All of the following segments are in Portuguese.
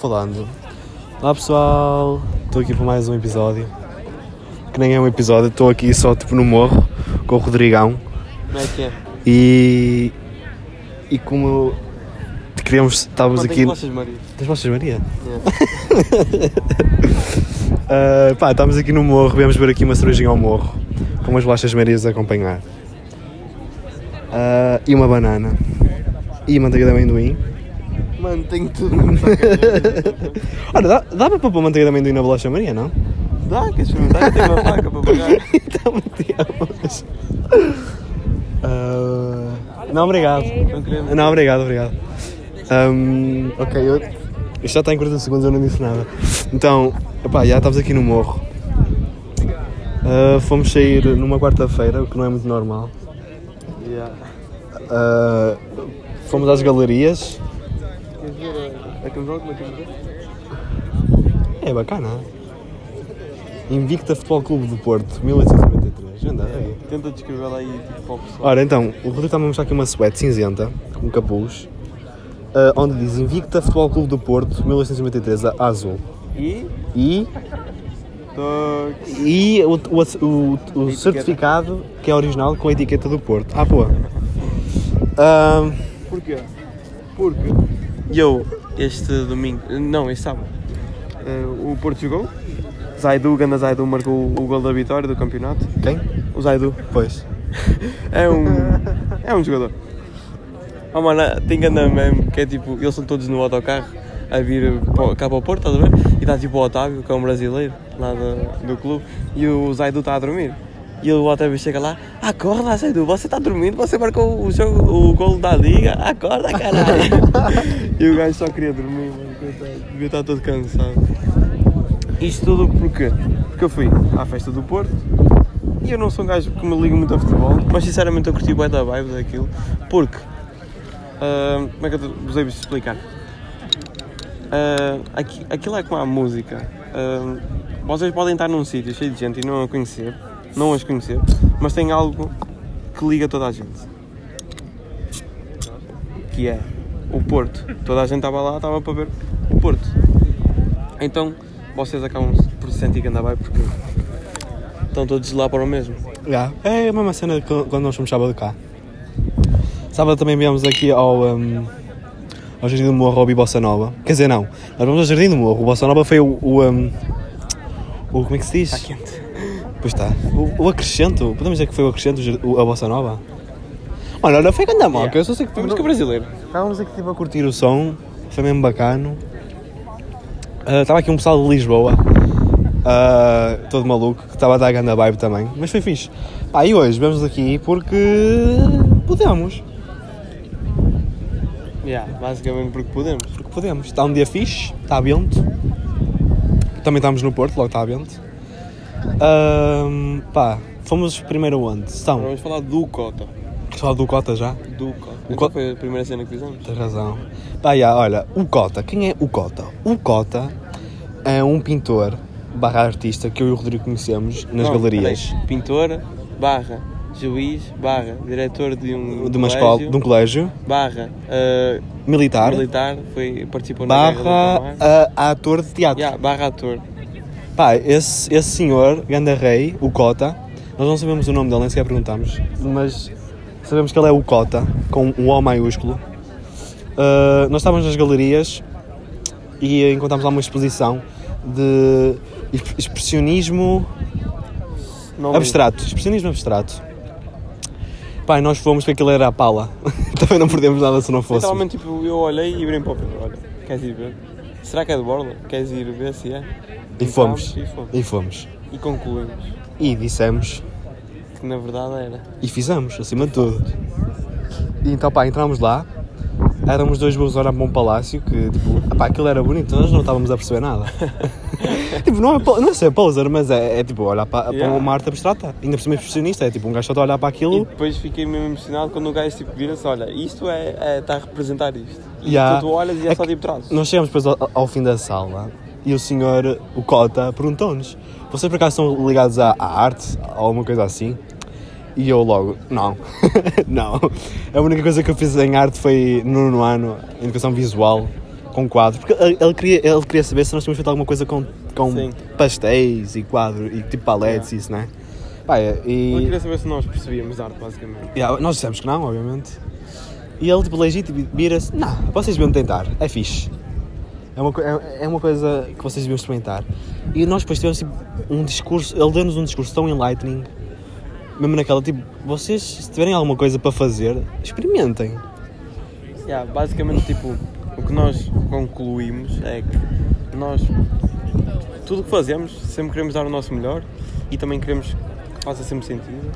Falando. Olá pessoal, estou aqui para mais um episódio. Que nem é um episódio, estou aqui só tipo no morro com o Rodrigão Como é que é? e. E como te queríamos. Estávamos Contem aqui. com vocês, é Maria. Tens vossas Maria? É. Ah, pá, estávamos aqui no morro, viemos ver aqui uma cervejinha ao morro, com umas bolachas Marias a acompanhar. Ah, e uma banana. E manteiga de amendoim. Mano, tenho tudo na faca. Ora, dá, dá para pôr manteiga de amendoim na bolacha Maria, não? Dá, queres experimentar? Eu tenho uma faca para pagar. então, metiamos. Ah, não, obrigado. Não queremos. Não, obrigado, obrigado. Ahm, ok, eu... isto já está em 40 segundos, eu não disse nada. Então, epá, já estávamos aqui no morro. Ah, fomos sair numa quarta-feira, o que não é muito normal. Yeah. Ah, fomos às galerias. Queres ver a- a camisola? Como é que é? É bacana. Invicta Futebol Clube do Porto, 1893. Anda, aí. Tenta descrevê-la aí tipo, para o pessoal. Ora então, o Rodrigo está-me a mostrar aqui uma suéte cinzenta, com capuz, ah, onde diz Invicta Futebol Clube do Porto, 1893, a azul. E. E, Toque. e o, o- o- o certificado, que é original, com a etiqueta do Porto. Ah, pô. Ahm, Porquê? Porque eu, este domingo, não, este sábado, eh, o Porto jogou. Zaidu, Ganda Zaidu, marcou o gol da vitória do campeonato. quem? O Zaidu Pois. é um, é um jogador. Oh, mano, tem Ganda mesmo, que é tipo, eles são todos no autocarro a vir para o- cá para o Porto, estás a ver? E está tipo o Otávio, que é um brasileiro lá da- do clube, e o Zaidu está a dormir. E o Otávio chega lá, acorda Zaidu, você está dormindo, você marcou o, jogo, o gol da liga, acorda caralho. e o gajo só queria dormir, mano, coitado, devia estar todo cansado. Isto tudo porquê? Porque eu fui à festa do Porto e eu não sou um gajo que me ligo muito a futebol, mas sinceramente eu curti bem da vibe daquilo, porque. ah, como é que eu te- vos hei de explicar? Ah, aqui- aquilo é como a música. Ah, vocês podem estar num sítio cheio de gente e não a conhecer, não as conhecer, mas tem algo que liga toda a gente. Que é o Porto. Toda a gente estava lá, estava para ver o Porto. Então vocês acabam por se sentir que andar bem porque estão todos lá para o mesmo. Já. É a mesma cena de qu- quando nós fomos sábado cá. Sábado também viemos aqui ao, hum, ao Jardim do Morro, ao Bibossa Nova. Quer dizer, não. Nós vamos ao Jardim do Morro. O Bossa Nova foi o... o, hum, o como é que se diz? quente. Pois está. O, o acrescento. Podemos dizer que foi o acrescento, o jar- o- a Bossa Nova? Mano, olha, foi grande a moca. Eu só sei que Foi música brasileira. Estávamos aqui tipo, a curtir o som, foi mesmo bacano. Ah, Estava aqui um pessoal de Lisboa, ah, todo maluco, que estava a dar ganda vibe também, mas foi fixe. Pá, e hoje vemos aqui porque podemos, Yeah, basicamente porque podemos. porque podemos. Está um dia fixe, está vento. Também estamos no Porto, logo está vento. Ahm, pá, fomos primeiro onde? Agora Estão, Vamos falar do Cota. pessoal do Cota já? Do Cota. Co- Então foi a primeira cena que fizemos. Tens razão. Pá, já, olha, o Cota, quem é o Cota? O Cota é um pintor barra artista que eu e o Rodrigo conhecemos nas Não, galerias peraí. Pintor, barra, juiz, barra, diretor de um de uma colégio, escola, de um colégio barra, ah, militar, militar, foi, participou na guerra do barra Palmar. a- a ator de teatro. Yeah, barra ator. Pá, esse, esse senhor, Ganda Rei, o Cota, nós não sabemos o nome dele, nem sequer perguntamos, mas sabemos que ele é o Cota, com um O maiúsculo. Uh, nós estávamos nas galerias e encontramos lá uma exposição de exp- expressionismo Não abstrato. Expressionismo abstrato. Pá, e nós fomos porque aquilo era a pala. Também não perdemos nada se não fosse. Literalmente, tipo, eu olhei e virei para o Pedro. Olha, queres ir ver? Será que é de borla? Queres ir ver se é? E fomos. E fomos. E fomos. E concluímos E dissemos que na verdade era. E fizemos, acima de tudo. E então, pá, entrámos lá. Éramos dois burros a olhar para um palácio que, tipo, pá, aquilo era bonito, nós não estávamos a perceber nada. tipo, não é, po- não é ser poser, mas é, é, tipo, olhar para, para Yeah. uma arte abstrata. Ainda por cima é impressionista, é tipo, um gajo só está a olhar para E aquilo. depois fiquei mesmo emocionado quando o gajo tipo, vira-se: olha, isto é, é- está a representar isto. E Yeah. tu, tu olhas e é, É só que- tipo traços. Nós chegamos depois ao, ao fim da sala e o senhor, o Cota, perguntou-nos: Vocês por acaso são ligados à, à arte? A alguma coisa assim? E eu logo: Não, não. A única coisa que eu fiz em arte foi no nono ano, em educação visual, com quadros. Porque ele ele queria, ele queria saber se nós tínhamos feito alguma coisa com, com Sim. pastéis e quadros e tipo paletes e isso, né? Pá, é, e. Eu queria saber se nós percebíamos arte, basicamente. Yeah, nós dissemos que não, obviamente. E ele, tipo, legítimo, vira-se: Não, vocês deviam tentar, é fixe. É uma, co- é, é uma coisa que vocês deviam experimentar. E nós depois tivemos tipo, um discurso, ele deu-nos um discurso tão enlightening, mesmo naquela, tipo, vocês, se tiverem alguma coisa para fazer, experimentem. Yeah, basicamente, tipo, o que nós concluímos é que nós, tudo o que fazemos, sempre queremos dar o nosso melhor e também queremos que faça sempre sentido.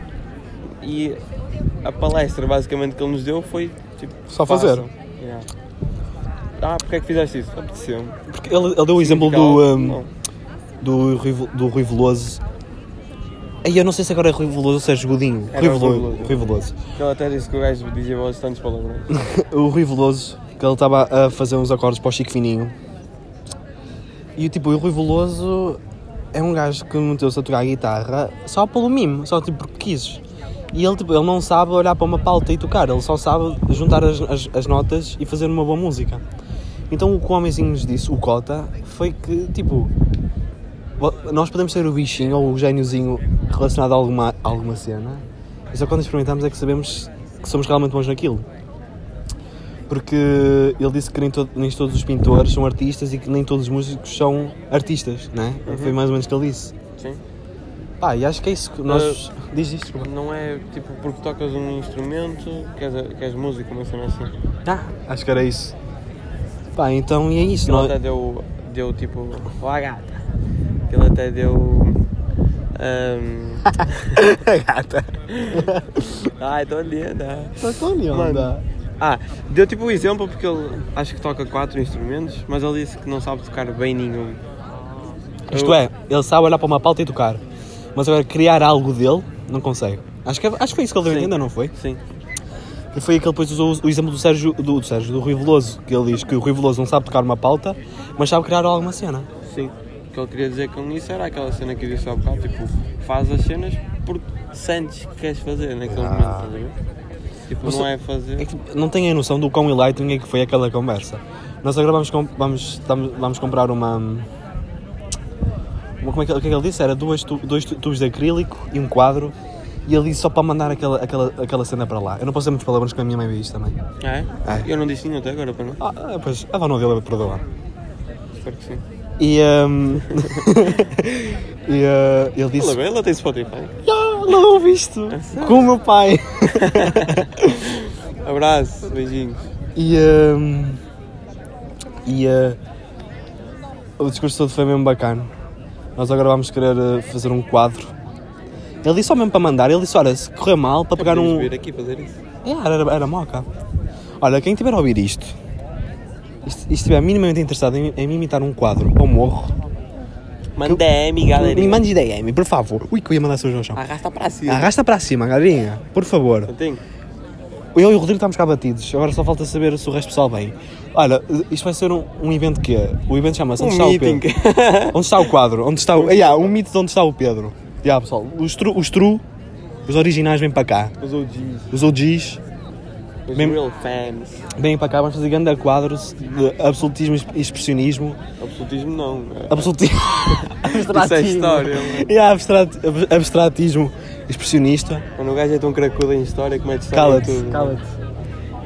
E a palestra, basicamente, que ele nos deu foi tipo. Só fazer. façam. Yeah. Ah, porque é que fizeste isso? Apeteceu-me. Porque ele, ele deu o exemplo do, um, Significava- Não. do, Rui, do Rui Veloso. Aí eu não sei se agora é Rui Veloso ou Sérgio Godinho. Era Rui o Rui Veloso. Veloso. Rui Veloso. Ele até disse que o gajo dizia vozes tantos né? palavrões. o Rui Veloso, que ele estava a fazer uns acordes para o Chico Fininho. E tipo, o Rui Veloso é um gajo que meteu-se a tocar guitarra só pelo mimo, só tipo porque quis. E ele, tipo, ele não sabe olhar para uma pauta e tocar, ele só sabe juntar as, as, as notas e fazer uma boa música. Então o que o homenzinho nos disse, o Cota, foi que tipo. vo- Nós podemos ser o bichinho ou o gêniozinho relacionado a alguma, a alguma cena, e só quando experimentamos é que sabemos que somos realmente bons naquilo porque ele disse que nem, to- nem todos os pintores são artistas e que nem todos os músicos são artistas, né? Foi mais ou menos o que ele disse. Sim. Pá, e acho que é isso que nós. Diz isto, desculpa. Não é tipo porque tocas um instrumento que és, que és músico, uma cena assim. Ah, acho que era isso. Pá, então e é isso, Ele não até é? deu, deu tipo. Ó a gata! Ele até deu. hum, ahm, Gata. Ai, tô linda! Tá com a Mano. onda. Ah, deu tipo um exemplo porque ele acho que toca quatro instrumentos, mas ele disse que não sabe tocar bem nenhum. Isto é, ele sabe olhar para uma pauta e tocar, mas agora criar algo dele, não consegue. Acho que, é, acho que foi isso que ele deu a Sim. entender, não foi? Sim. E foi aí que ele depois usou o exemplo do Sérgio, do, do Sérgio, do Rui Veloso, que ele diz que o Rui Veloso não sabe tocar uma pauta, mas sabe criar alguma cena. Sim. O que ele queria dizer com isso era aquela cena que eu disse há bocado, tipo, faz as cenas porque sentes que queres fazer naquele momento, estás a ver? Tipo, Você- não Ah. é fazer. É que tipo, não têm a noção do quão enlightening é que foi aquela conversa. Nós agora vamos, com- vamos, tam- vamos comprar uma. uma como é que, o que é que ele disse? Era duas tu- dois tu- tubos de acrílico e um quadro. E ele disse só para mandar aquela, aquela, aquela cena para lá. Eu não posso ter muitos palavrões que a minha mãe vê isto também. Ah, É. é? Eu não disse nenhum até agora, para não? Ah, ah, pois, a Vana dele perdoa. Espero que sim. E. hum, e ah, ele disse. Ela, ela tem Spotify. "Ah, não ouviste! Com o meu pai! Abraço, beijinhos. E, hum, e uh, o discurso todo foi mesmo bacana. Nós agora vamos querer uh, fazer um quadro. Ele disse só mesmo para mandar, ele disse: olha, se correr mal, para pegar Podemos um. vir aqui fazer isso. É, era, era moca. Olha, quem tiver a ouvir isto, e se- e estiver minimamente interessado em, em me imitar um quadro ou morro, Manda M, me galerinha. Ah. mande DM, por favor. Ui, que eu ia mandar suas no chão. Arrasta para cima. Arrasta para cima, galerinha, por favor. Não tem? Eu e o Rodrigo estamos cá batidos, agora só falta saber se o resto do pessoal vem. Olha, isto vai ser um, um evento que é. O evento chama-se Um Onde está o meeting. Pedro? Onde está o quadro? Onde está o. Ah, yeah, um mito de onde está o Pedro. Yeah, pessoal, os true, os true, os originais vêm para cá. Os OGs. Os OGs Os Mesmo- real fans. vêm para cá, vamos fazer grande quadros de absolutismo e expressionismo. Absolutismo não. É- Absolutismo. Isso é história. mano. Yeah, abstrat- ab- abstratismo expressionista. Quando o gajo é tão cracudo em história, como é que Cala-te, tudo?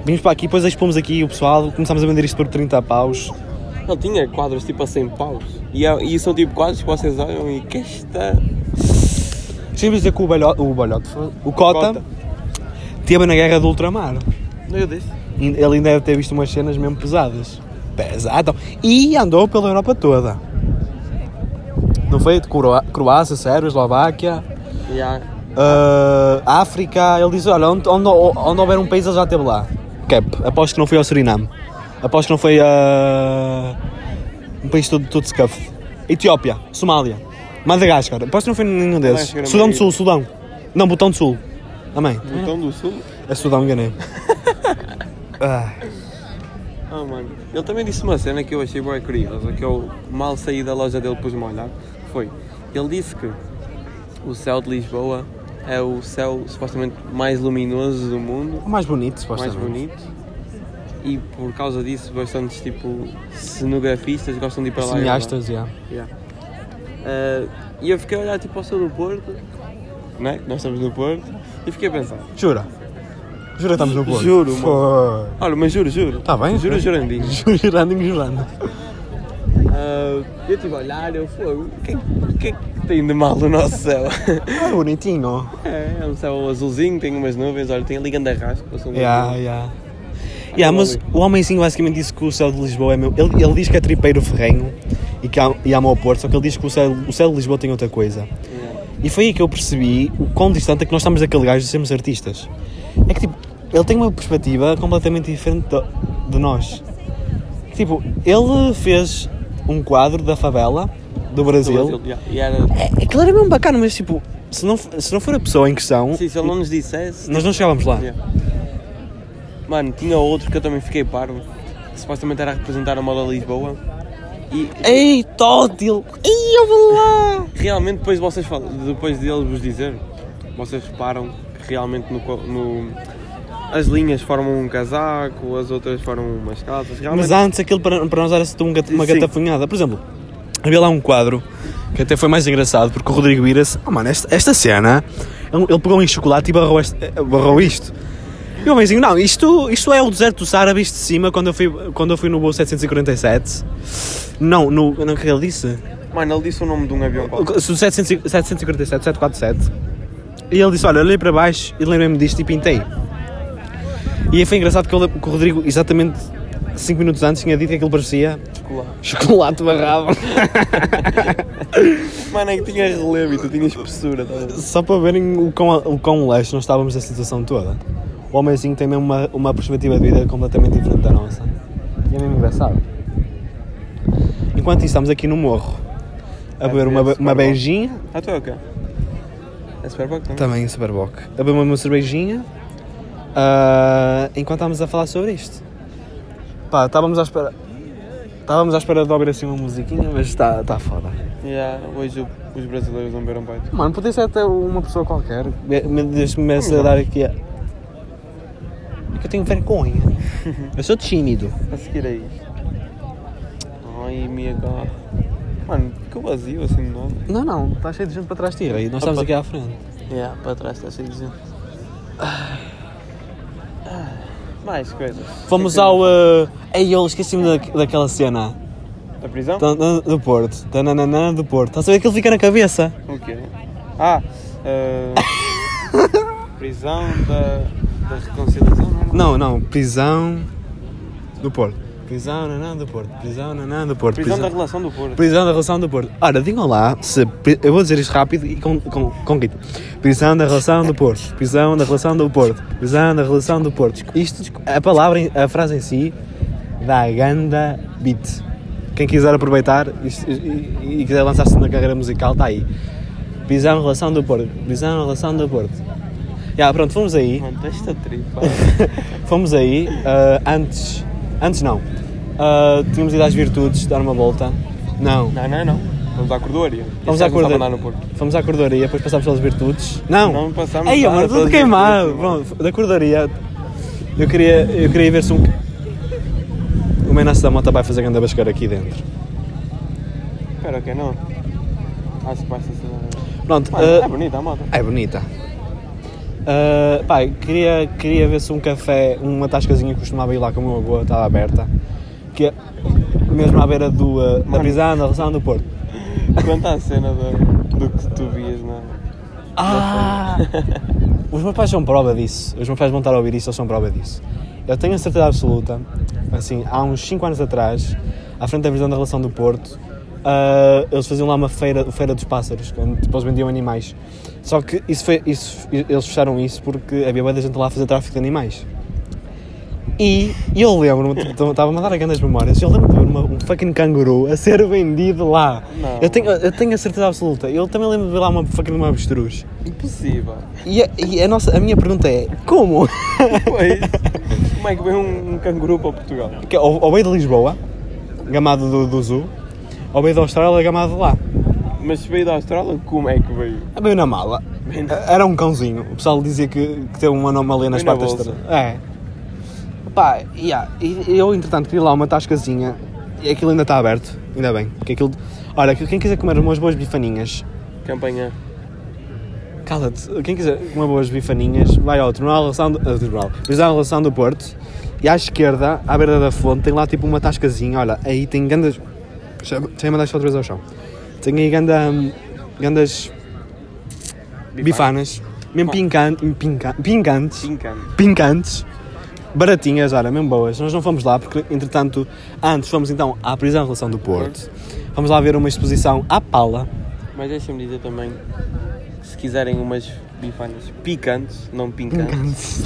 Vimos para aqui, depois expomos aqui o pessoal, começámos a vender isto por 30 paus. Ele tinha quadros tipo a 100 paus. E, é- e são tipo quadros que vocês olham e que esta. Chega a dizer que o Balhote, o, Balhote foi- o Cota, Cota. teve na guerra do Ultramar. Não, eu disse. Ele ainda deve ter visto umas cenas mesmo pesadas. Pesadão. E andou pela Europa toda. Não foi? De Cro- Croácia, Sérvia, Eslováquia, E há. ah, África. Ele diz: olha, onde, onde, onde houver um país ele já esteve lá. Cap, aposto que não foi ao Suriname. Aposto que não foi a. um país todo, todo scuff. Etiópia, Somália, Madagascar. Aposto que não foi nenhum desses. Madagascar é uma Sudão do ilha. Sul, Sudão. Não, Botão do Sul. Também. Botão do Sul. É Sudão, enganei. ah. Ah, mano. Ele também disse uma cena que eu achei boa curiosa, que eu mal saí da loja dele pus-me a olhar. Foi. Ele disse que o céu de Lisboa é o céu supostamente mais luminoso do mundo, O mais bonito, mais supostamente. bonito. e por causa disso bastantes tipo cenografistas gostam de ir para lá. e gravar. Cineastas, já. Yeah. Ah, e eu fiquei a olhar tipo ao céu do Porto, né? que Nós estamos no Porto, e fiquei a pensar. Jura? Jura que estamos no Porto? Juro, mano. mano. Olha, mas juro, juro. Tá bem? Juro, jurandinho. Jurando, jurando. Ah, eu estive a olhar, eu fogo. O que, o que é que tem de mal no nosso céu? É bonitinho. é, é um céu azulzinho, tem umas nuvens, olha, tem ali grande arrasto. passou um Ya, bocadinho. ya. Ya, mas o homenzinho basicamente disse que o céu de Lisboa é meu. Ele, ele diz que é tripeiro ferrenho e que am- e ama o Porto, só que ele diz que o céu, o céu de Lisboa tem outra coisa. Yeah. E foi aí que eu percebi o quão distante é que nós estamos daquele gajo de sermos artistas. É que tipo, ele tem uma perspectiva completamente diferente da- de, nós. Que, tipo, ele fez um quadro da favela do Do Brasil. Brasil, yeah. E era. É, aquilo era mesmo bacana, mas tipo, se não, f- se não for a pessoa em questão, Sim, se ele não nos dissesse. nós não chegávamos lá. Yeah. Mano, tinha outro que eu também fiquei parvo, que supostamente era a representar a moda de Lisboa. E Ei, Tótil! Ei, eu vou lá! realmente depois vocês falam, depois deles vos dizer, vocês reparam que realmente no, co- no- as linhas formam um casaco, as outras formam umas calças. Realmente Mas antes aquilo para, para nós era só uma, gata- uma Sim. gatafunhada. Por exemplo, havia lá um quadro que até foi mais engraçado porque o Rodrigo Iras, oh mano, esta, esta cena, ele, ele pegou em chocolate e barrou, este- eh, barrou isto. E o homenzinho, não, isto, isto é o deserto dos árabes de cima quando eu fui, quando eu fui no voo 747. Não, no, não o que ele disse? Mano, ele disse o nome de um avião qualquer. Se o 700 e- 747, 747. E ele disse: Olha, olhei para baixo e lembrei-me disto e pintei. E aí foi engraçado que, ele- que o Rodrigo, exatamente 5 minutos antes, tinha dito que aquilo parecia Chocolate. chocolate barrado. Mano, é que tinha relevo e tu tinha espessura. tá a ver? Só para verem o quão, o quão leste nós estávamos da situação toda. O homenzinho tem mesmo uma, uma perspectiva de vida completamente diferente da nossa. E é mesmo engraçado. Enquanto isso, estamos aqui no morro a beber uma, be- uma beijinha. Ah, tu é o quê? É Superbox também? Também o Superboc. A beber uma cervejinha ah, enquanto estávamos a falar sobre isto. Pá, estávamos à espera. Estávamos à espera de ouvir assim uma musiquinha, mas está tá foda. Yeah, hoje o- os brasileiros não beberam peito. Mano, podia ser até uma pessoa qualquer. Me- me- Deixa-me a dar aqui a. É que eu tenho vergonha. Eu sou tímido. A seguir a isto. Ai, minha cara. Mano, ficou vazio assim de novo. Não, não, está cheio de gente para trás de ti. E nós estamos Opa. aqui à frente. Yeah, É, para trás tá está cheio de gente. Mais coisas. Fomos ao. ah, Ei, eu esqueci-me da- daquela cena. A prisão? Tan- tan- Do Porto. Tananana do Porto. Estás a ver aquilo fica na cabeça? O quê? Ah, ah, prisão da, da reconciliação, não é? Não, não, prisão do Porto. Prisão nanã do Porto, prisão nanã do Porto. Prisão da relação do Porto. prisão da relação do Porto. Ora, digam lá, se, pri- eu vou dizer isto rápido e com, com, com ritmo. Prisão da relação do Porto, prisão da relação do Porto, prisão da relação do Porto. Isto, a palavra, em- a frase em si, dá ganda beat. Quem quiser aproveitar isto- e, e- e quiser lançar-se na carreira musical, está aí. Prisão, relação do Porto, prisão, relação do Porto. Já, pronto, fomos aí. Mano, deixa tripa. Fomos aí, ah, antes. Antes não. Ah, tínhamos ido às virtudes, dar uma volta. Não. não, não, não. Vamos à cordoaria. Vamos Isso é à já começava cordoaria. a andar no Porto. Fomos à cordoaria, depois passámos pelas virtudes. Não! Não passámos Ei, nada mano, tudo pelas queimado! virtudes, mano. Pronto, da cordoaria. Eu queria, eu queria ver se um. O Menace da Mota vai fazer grande basqueira aqui dentro. Espera, ok, não. Ah, Acho que basta ser. Pronto, Mano, ah, é bonita a moto. é bonita. Ah, pá, queria, queria ver se um café, uma tascazinha que costumava ir lá com o meu avô estava tá aberta. Que é mesmo à beira do, ah, da Mano. Pisana, da Relação do Porto. Conta a cena do, do que tu vias na. Ah! Os meus pais são prova disso. Os meus pais vão estar a ouvir isso, eles são prova disso. Eu tenho a certeza absoluta, assim, há uns 5 anos atrás, à frente da prisão da relação do Porto, ah, eles faziam lá uma feira, feira dos pássaros, onde depois vendiam animais. Só que isso foi, isso, eles fecharam isso porque havia muita gente lá a fazer tráfico de animais. E eu lembro-me, estava-me a dar a grandes memórias, eu lembro-me de ver uma- um fucking canguru a ser vendido lá. Não. Eu tenho, eu tenho a certeza absoluta. Eu também lembro de ver lá uma fucking uma avestruz. Impossível. E, a, e a nossa, a minha pergunta é: como? Pois. Como é que vem um, um canguru para Portugal? Que é ao, ao meio de Lisboa, gamado do, do Zoo, ao meio da Austrália, gamado de lá. Mas se veio da Austrália, como é que veio? Ah, Veio na mala. Bem na- Era um cãozinho. O pessoal dizia que, que teve uma anomalia nas Bem na patas. bolsa. tra- É. Pá, yeah. e eu entretanto queria lá uma tascazinha e aquilo ainda está aberto, ainda bem. Que aquilo... Ora, que- quem quiser comer umas boas bifaninhas, Campanha. cala-te, quem quiser comer boas bifaninhas, vai ao Tribunal de Relação do, ah, Tribunal, Tribunal de Relação do Porto e à esquerda, à beira da fonte, tem lá tipo uma tascazinha. Olha, aí tem gandas. Deixa-me mandar isto outra vez ao chão. Tem aí ganda, hum, gandas bifanas, mesmo pincan, pinca, pincantes Pincante. pincantes, baratinhas, olha, mesmo boas. Nós não fomos lá porque, entretanto, antes fomos então à prisão em relação do Porto. Vamos lá ver uma exposição à pala. Mas deixem-me dizer também, se quiserem umas bifanas picantes, não pincantes,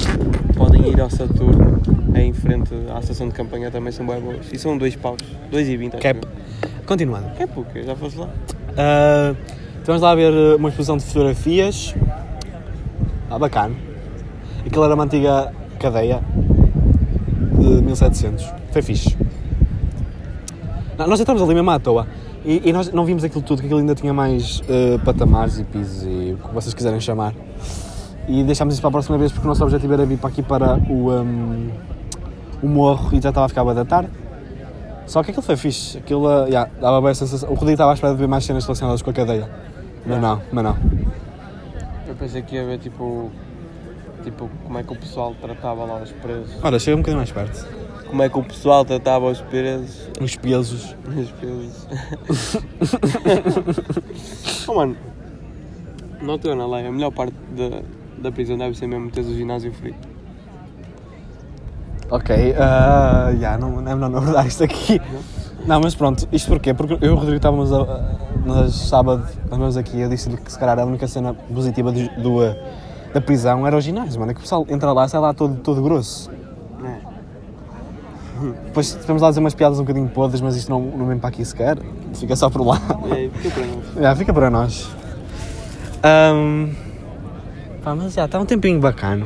podem ir ao Saturno, é em frente à estação de campanha, também são bem boas. E são dois paus, dois e vinte. acho Cap. eu. é- Continuando. Cap o quê? Já foste lá? Ah, vamos lá ver eh, uma exposição de fotografias. Ah, bacana. Aquilo era uma antiga cadeia de 1700. Foi fixe. Não, nós já estamos ali mesmo à toa. E, e nós não vimos aquilo tudo, que aquilo ainda tinha mais ah, patamares e pisos e o que vocês quiserem chamar. E deixámos isso para a próxima vez porque o nosso objetivo era vir para aqui para o, ahm, o morro e já estava a ficar bué da tarde. Só que aquilo foi fixe. Aquilo ah, yeah, dava bem a sensação. O Rodrigo estava à espera de ver mais cenas relacionadas com a cadeia. Mas não, mas não. Eu pensei que ia ver tipo. Tipo, como é que o pessoal tratava lá os presos. Ora, chega um bocadinho mais perto. Como é que o pessoal tratava os presos. Os pesos. Os presos. oh, mano, não estou na lei. A melhor parte da, da prisão deve ser mesmo teres o ginásio frio. Ok, ah, já, não, não é melhor não abordar isto aqui. Não, mas pronto, isto porquê? Porque eu e o Rodrigo estávamos a, a- nós sábado, estávamos aqui, eu disse-lhe que se calhar a única cena positiva do, do, ah, da prisão era o ginásio, mano. É que o pessoal entra lá, sai lá todo, todo grosso. É. Depois tivemos lá a dizer umas piadas um bocadinho podres, mas isto não, não vem para aqui sequer. Fica só por lá. E aí, fica para nós. Já, fica para nós. Ahm, pá, mas já, está um tempinho bacano.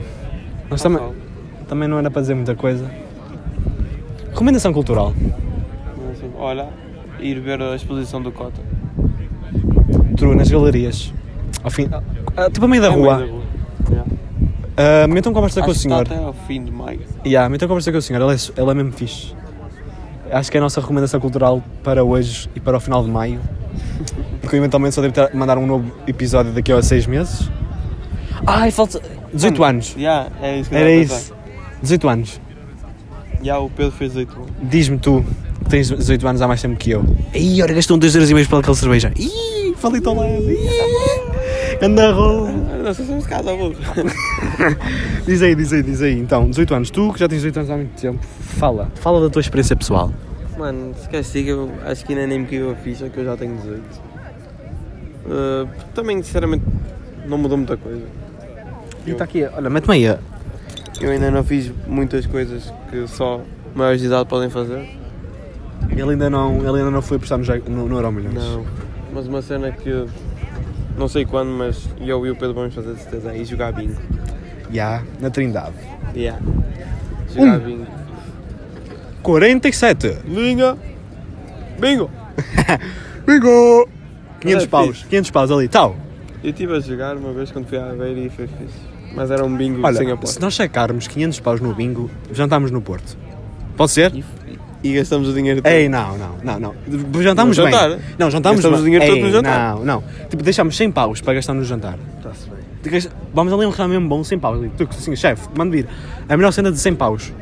Mas Tá também, também não era para dizer muita coisa. Recomendação cultural. Mas, é assim. Olha, ir ver a exposição do Cota. True, nas galerias. Ao fim, ah, tipo a meio da É meio rua. Yeah. Ah, Metam conversa com Acho o que tá senhor. Está até ao fim de maio. Yeah, metam conversa com o senhor, ela é, su- ela é mesmo fixe. Acho que é a nossa recomendação cultural para hoje e para o final de maio. Porque eu eventualmente só devo ter- mandar um novo episódio daqui a seis meses. Ai, falta Hum. 18 anos. Yeah, é isso que eu Era estava a pensar. isso. 18 anos. Yeah, o Pedro fez 8 anos. Diz-me tu que tens 18 anos há mais tempo que eu. Ih, olha, gastou 2 euros e meio para aquela cerveja. Ih, falei tão leve. Ih, Anda rolo. Ah, Nós somos casa, avô. Diz aí, diz aí, diz aí. Então, 18 anos. Tu que já tens 18 anos há muito tempo, fala. Fala da tua experiência pessoal. Mano, se queres que eu acho que ainda nem me caiu a ficha que eu já tenho 18. Uh, também, sinceramente, não mudou muita coisa. E está aqui, olha, mete-me aí. a- Eu ainda não fiz muitas coisas que só maiores de idade podem fazer. Ele ainda não, ele ainda não foi apostar no, Jack- no, no Euromilhões. Não. Mas uma cena que não sei quando, mas eu e o Pedro vamos fazer de certeza é ir jogar bingo. Já, na Trindade. Yeah. Um. Jogar bingo. 47. Bingo! Bingo! Bingo! 500 É, paus, 500 paus ali, tal. Eu estive a jogar uma vez quando fui à beira e foi fixe. Mas era um bingo Olha, sem se aposta. nós sacarmos 500 paus no bingo, jantámos no Porto. Pode ser? E, e gastamos o dinheiro todo. Ei, não, não, não, não. Jantámos No bem. jantar? Não, jantámos Gastamos bem. o dinheiro todo Ei, no jantar. Não, não. Tipo, deixámos 100 paus para gastar no jantar. Tá-se bem. De gast- Vamos ali a um restaurante mesmo bom, 100 paus. ali. Tu, assim, chefe, manda vir. A melhor cena de 100 paus.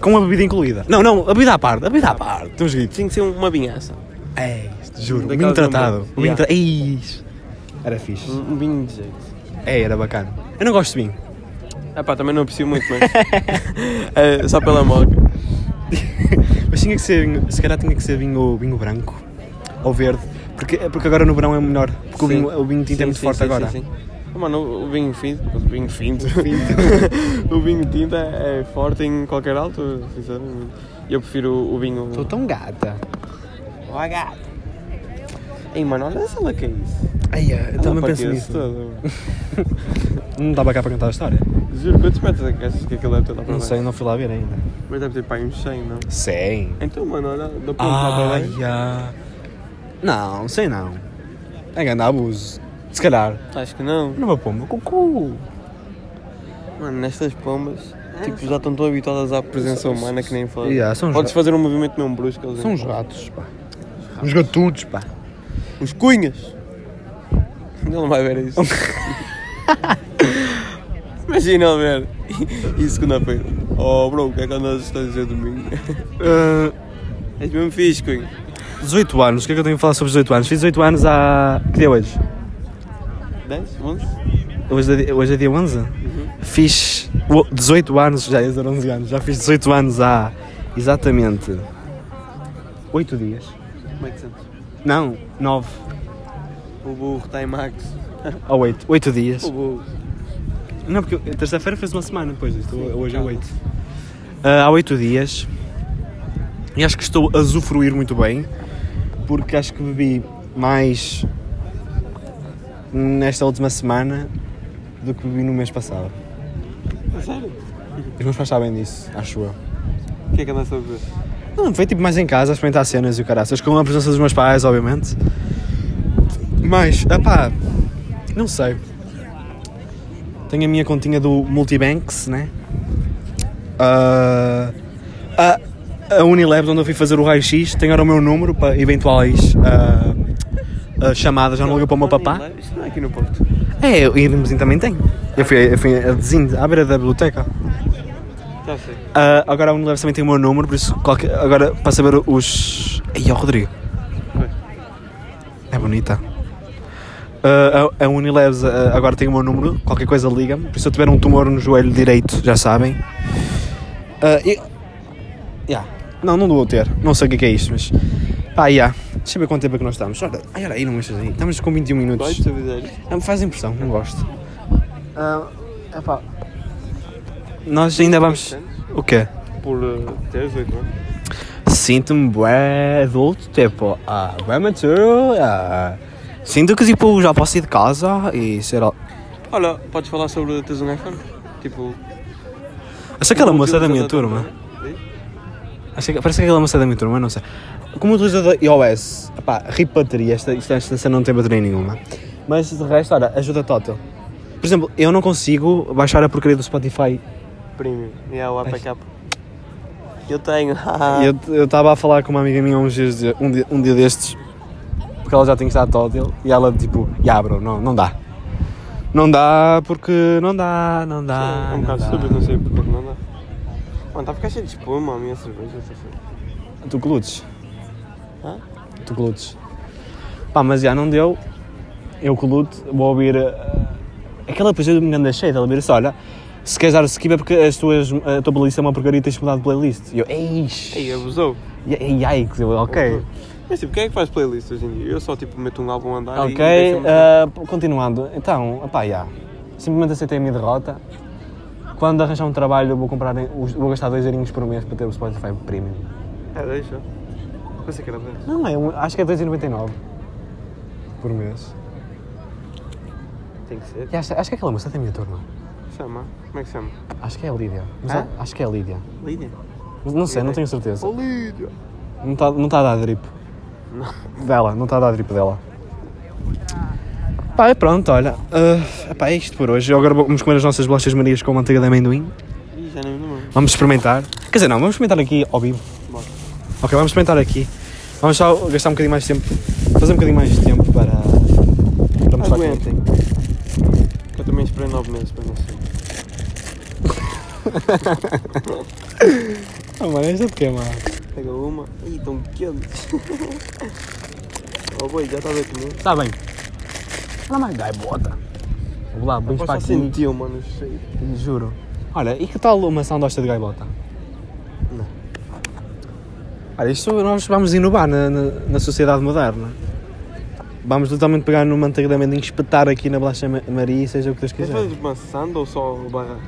Com a bebida incluída. Não, não, a bebida à parte, a bebida à parte. Temos gritos. Tinha que ser um- uma vinhaça. Ei, isto, juro. O vinho É Daquelas tratado. bombas. O vinho Yeah. tra... Ei, isto. Era fixe. Um vinho de jeito. Ei, era bacana. Eu não gosto de vinho. Ah pá, também não aprecio muito, mas. é, só pela moca. Mas tinha que ser vinho, se calhar tinha que ser vinho, vinho branco ou verde, porque, porque agora no verão é melhor, porque o Sim. vinho, o vinho tinto Sim, é muito sim, forte sim, agora. sim, sim. Ah, Mano, o- o vinho finto. O vinho finto. o vinho tinta é forte em qualquer altura, sinceramente. Eu prefiro o vinho. Estou tão gata. Oh, gato! Ei, mano, olha essa lá que é isso. Ai, eu Ela também penso partiu-se nisso. toda, mano. Não estava cá para cantar a história? Juro, quantos metros é que achas que aquilo deve ter lá para Não sei, baixo? não fui lá ver ainda. Mas deve ter pá, uns 100, não? Sei. Então, mano, olha, da ponte lá para Ah, baixo. já. Não, sei não. É grande abuso. Se calhar. Acho que não. Não vou pôr meu cucu. Mano, nestas pombas, Tipo, já estão tão habituadas à presença humana que nem falam. Yeah, É, são uns Podes ra- fazer um movimento mesmo brusco. eles São uns ratos, pá. Uns gatudos, pá. Os cunhas! Ele não vai ver isso. Imagina ele ver. E segunda-feira. Oh, bro, o que é que andas a dizer domingo? Uh, Ah, És mesmo fixe, cunha. 18 anos, o que é que eu tenho a falar sobre 18 anos? Fiz 18 anos há. Que dia é hoje? 10? 11? Hoje é, di- hoje é dia 11? Fiz o- 18 anos, já ia dizer 11 anos, já fiz 18 anos há exatamente 8 dias. Como é que sentes? Não, 9 O burro está em max. ou 8. 8 dias. O burro. Oh. Não, porque eu- terça-feira fez uma semana depois disto, hoje é 8. Ah, há 8 dias. E acho que estou a usufruir muito bem, porque acho que bebi mais nesta última semana do que bebi no mês passado. É Sério? Os meus pais sabem disso, acho eu. O que é que andas a ver? Não, foi tipo mais em casa, a experimentar cenas e o caraças, com a presença dos meus pais, obviamente. Mas, epá, não sei. Tenho a minha continha do Multibanks, né? Ah, a, a Unilabs, onde eu fui fazer o raio-x, tem agora o meu número para eventuais ah, ah, chamadas. Já não ligo para o meu papá. Isto não é aqui no Porto. É, o Irmezinho também tem. Eu fui, eu fui a Dezinho, à beira da biblioteca. Já sei. Ah, agora a Unilever também tem o meu número, por isso qualquer- agora para saber os. Aí ó Rodrigo. Oi. É bonita. Ah, a, a Unilever ah, agora tem o meu número, qualquer coisa liga-me. Por isso se eu tiver um tumor no joelho direito, já sabem. Ah, e. Yeah. Não, não vou ter. Não sei o que é, que é isto, mas. Pá, yeah. Deixa eu ver quanto tempo é que nós estamos. Olha, ai, olha aí, não mexas aí. Estamos com 21 minutos. Vais-te avisar isto? Não me faz impressão, não gosto. Ah, epá. Nós ainda vamos. O quê? Por uh, teres oito anos. Sinto-me bué adulto, tipo, ah, bué maturo, ah. Sinto que tipo, já posso ir de casa e ser... al- Olha, podes falar sobre teres um iPhone? Tipo... Acho que aquela como moça é da minha utilizador turma. Diz? Acho que, parece que aquela moça é da minha turma, não sei. Como utilizador iOS, pá, rip bateria, esta, esta, esta, cena não tem bateria nenhuma. Mas de resto, olha, ajuda total. Por exemplo, eu não consigo baixar a porcaria do Spotify. Premium. E há o APK. Eu tenho. E Eu estava a falar com uma amiga minha uns dias, de- um, dia, um dia destes, porque ela já tem que estar tótil, e ela tipo, já bro, não, não dá. Não dá porque não dá, não dá. é um não bocado dá. estúpido, não sei porque é que não dá. Mano, está a ficar cheio de espuma a minha cerveja. tá essa foi. Tu glutes. Hã? Tu glutes. Pá, mas já não deu. Eu glute, vou ouvir. eh, aquela pessoa me anda cheia, ela vira-se: olha, se queres dar o skip é porque as tuas, a tua playlist é uma porcaria e tens mudado de playlist. E eu, eish. Ei, abusou. E aí, eu, ok. Mas tipo, quem é que faz playlists hoje em dia? Eu só tipo meto um álbum a andar e. Ok, deixa-me- ah, continuando. Então, opá, já. Simplesmente aceitei a minha derrota. Quando arranjar um trabalho, vou comprar, em- os- vou gastar dois eurinhos por mês para ter o Spotify Premium. É, deixa. Pensei que era dez. Não, é, um- acho que é 2,99 por mês. Tem que ser. E acho, acho que aquela moça é da minha turma. Chama. Como é que chama? Acho que é a Lídia. Mas Hã? a- acho que é a Lídia. Lídia. Mas não sei, não Lídia. tenho certeza. Oh, Lídia. Não está não tá a dar drip. Dela, não está a dar drip dela. Pá, e pronto, olha. ah, pá, é isto por hoje. Agora vamos comer as nossas bolachas marias com manteiga de amendoim. Ih, já nem me lembro. Vamos experimentar. Quer dizer, não, vamos experimentar aqui ao vivo. Bora. Ok, vamos experimentar aqui. Vamos só gastar um bocadinho mais de tempo. Fazer um bocadinho mais de tempo para. para mostrar é que- Aguentem. Eu também esperei nove meses para não ser. Ah, mano, esta é pequena. mano. Pega uma. Ih, tão pequenos. oh, boi, já estava a comer. Está Tá bem. Não mais dá, bota. Vou lá, vamos Mas para só aqui. sentiu, mano, o cheiro. Juro. Olha, e que tal uma sandosta de gaibota? Não. Olha, isto nós vamos inovar na, na, na sociedade moderna. Vamos totalmente pegar no manteiga de amendoim, espetar aqui na bolacha ma- Maria, seja o que Deus Queres quiser. fazer tipo uma sanda ou só barra?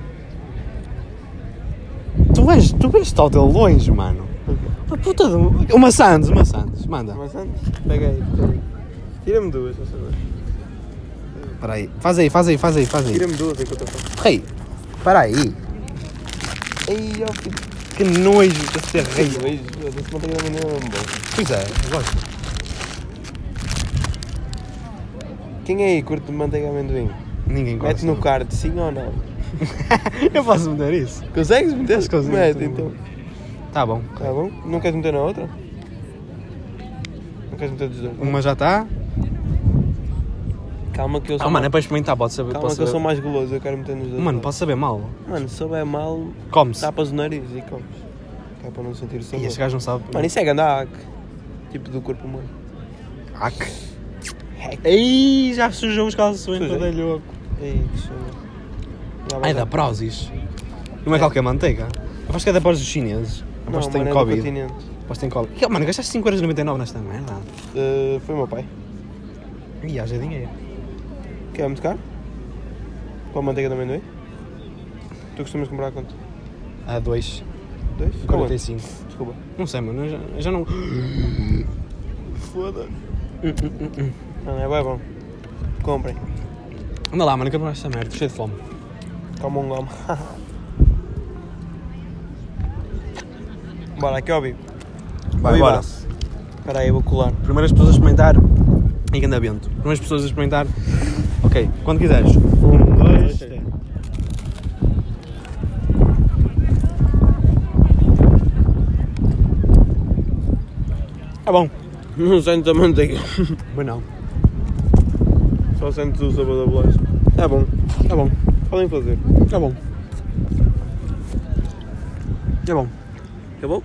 Tu vens, tu vens tal de longe, mano. Uma puta de... Uma Sands, uma Sands, manda. Uma sanda? Pega aí. pega aí. Tira-me duas, por favor. Espera aí, faz aí, faz aí, faz aí, faz aí. Tira-me duas enquanto eu faço. Rei, para aí. Ei, ó, Que que nojo de ser rei. é beijo. Esse manteiga da menina é mesmo bom. Pois é, eu gosto. Quem é aí curte de manteiga de amendoim? Ninguém gosta. Mete no card, sim ou não? Eu posso meter isso. Consegues meter? Acho que consigo. Mete então. Tá bom. Tá bom? Não queres meter na outra? Não queres meter dos dois? Uma já tá? está. Calma que eu sou. Ah, mano, é mais... para experimentar, pode saber. Calma Pode que eu sou saber. mais guloso, eu quero meter nos dois. Mano, posso saber mal. Mano, se souber mal, Come-se. tapas o nariz e comes. Que é para não sentir o E sabor. este gajo não sabe. Mano, isso é gandac. Tipo do corpo humano. Hack. Ei, já sujou os calções, Sujei. todo é louco. Ei, que chama. Ai, da Prozis. Não é qualquer manteiga. Aposto que é da Prozis dos chineses. Não, Aposto que tem mano, é do Covid. continente. Aposto que tem Covid. Que- Mano, gastaste 5,99€ nesta merda. Eh, foi o meu pai. Ih, haja dinheiro. Quer muito caro? Com a manteiga de amendoim? Tu costumas comprar quanto? A 2, Dois? Quanto? 45. Desculpa. Não sei, mano, eu já, eu já não. Foda. Não, é bem bom. Comprem. Anda lá, mano, acabou esta merda, tô cheio de fome. Calma um goma. Bora, aqui ao vivo. Vai, bora. Espera aí, vou colar. Primeiras pessoas a experimentar. E que anda vento. Primeiras pessoas a experimentar. Ok, quando quiseres. Um, dois, três. É bom. Não sentes a manteiga. Mas não. Só sentes o sabor da bolacha. É bom. É bom. Podem fazer. É bom. É bom. É bom?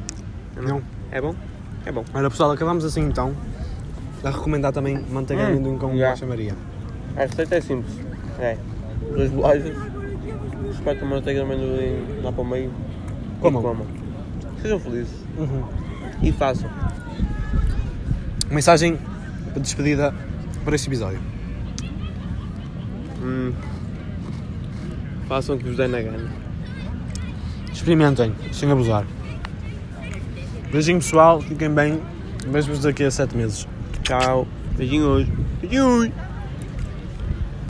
Não. É bom? É bom. Olha pessoal, acabamos assim então. A recomendar também manteiga de Hum. amendoim com Já. bolacha Maria. A receita é simples. É. Duas bolachas. Espeta a manteiga de amendoim lá para o meio. e Comam. comam. Uhum. Sejam felizes. E façam. Mensagem de despedida para este episódio. Hum. Façam o que vos der na gana. Experimentem, sem abusar. Beijinho pessoal, fiquem bem. Vejo-vos daqui a 7 meses. Tchau. Beijinhos. Beijinhos.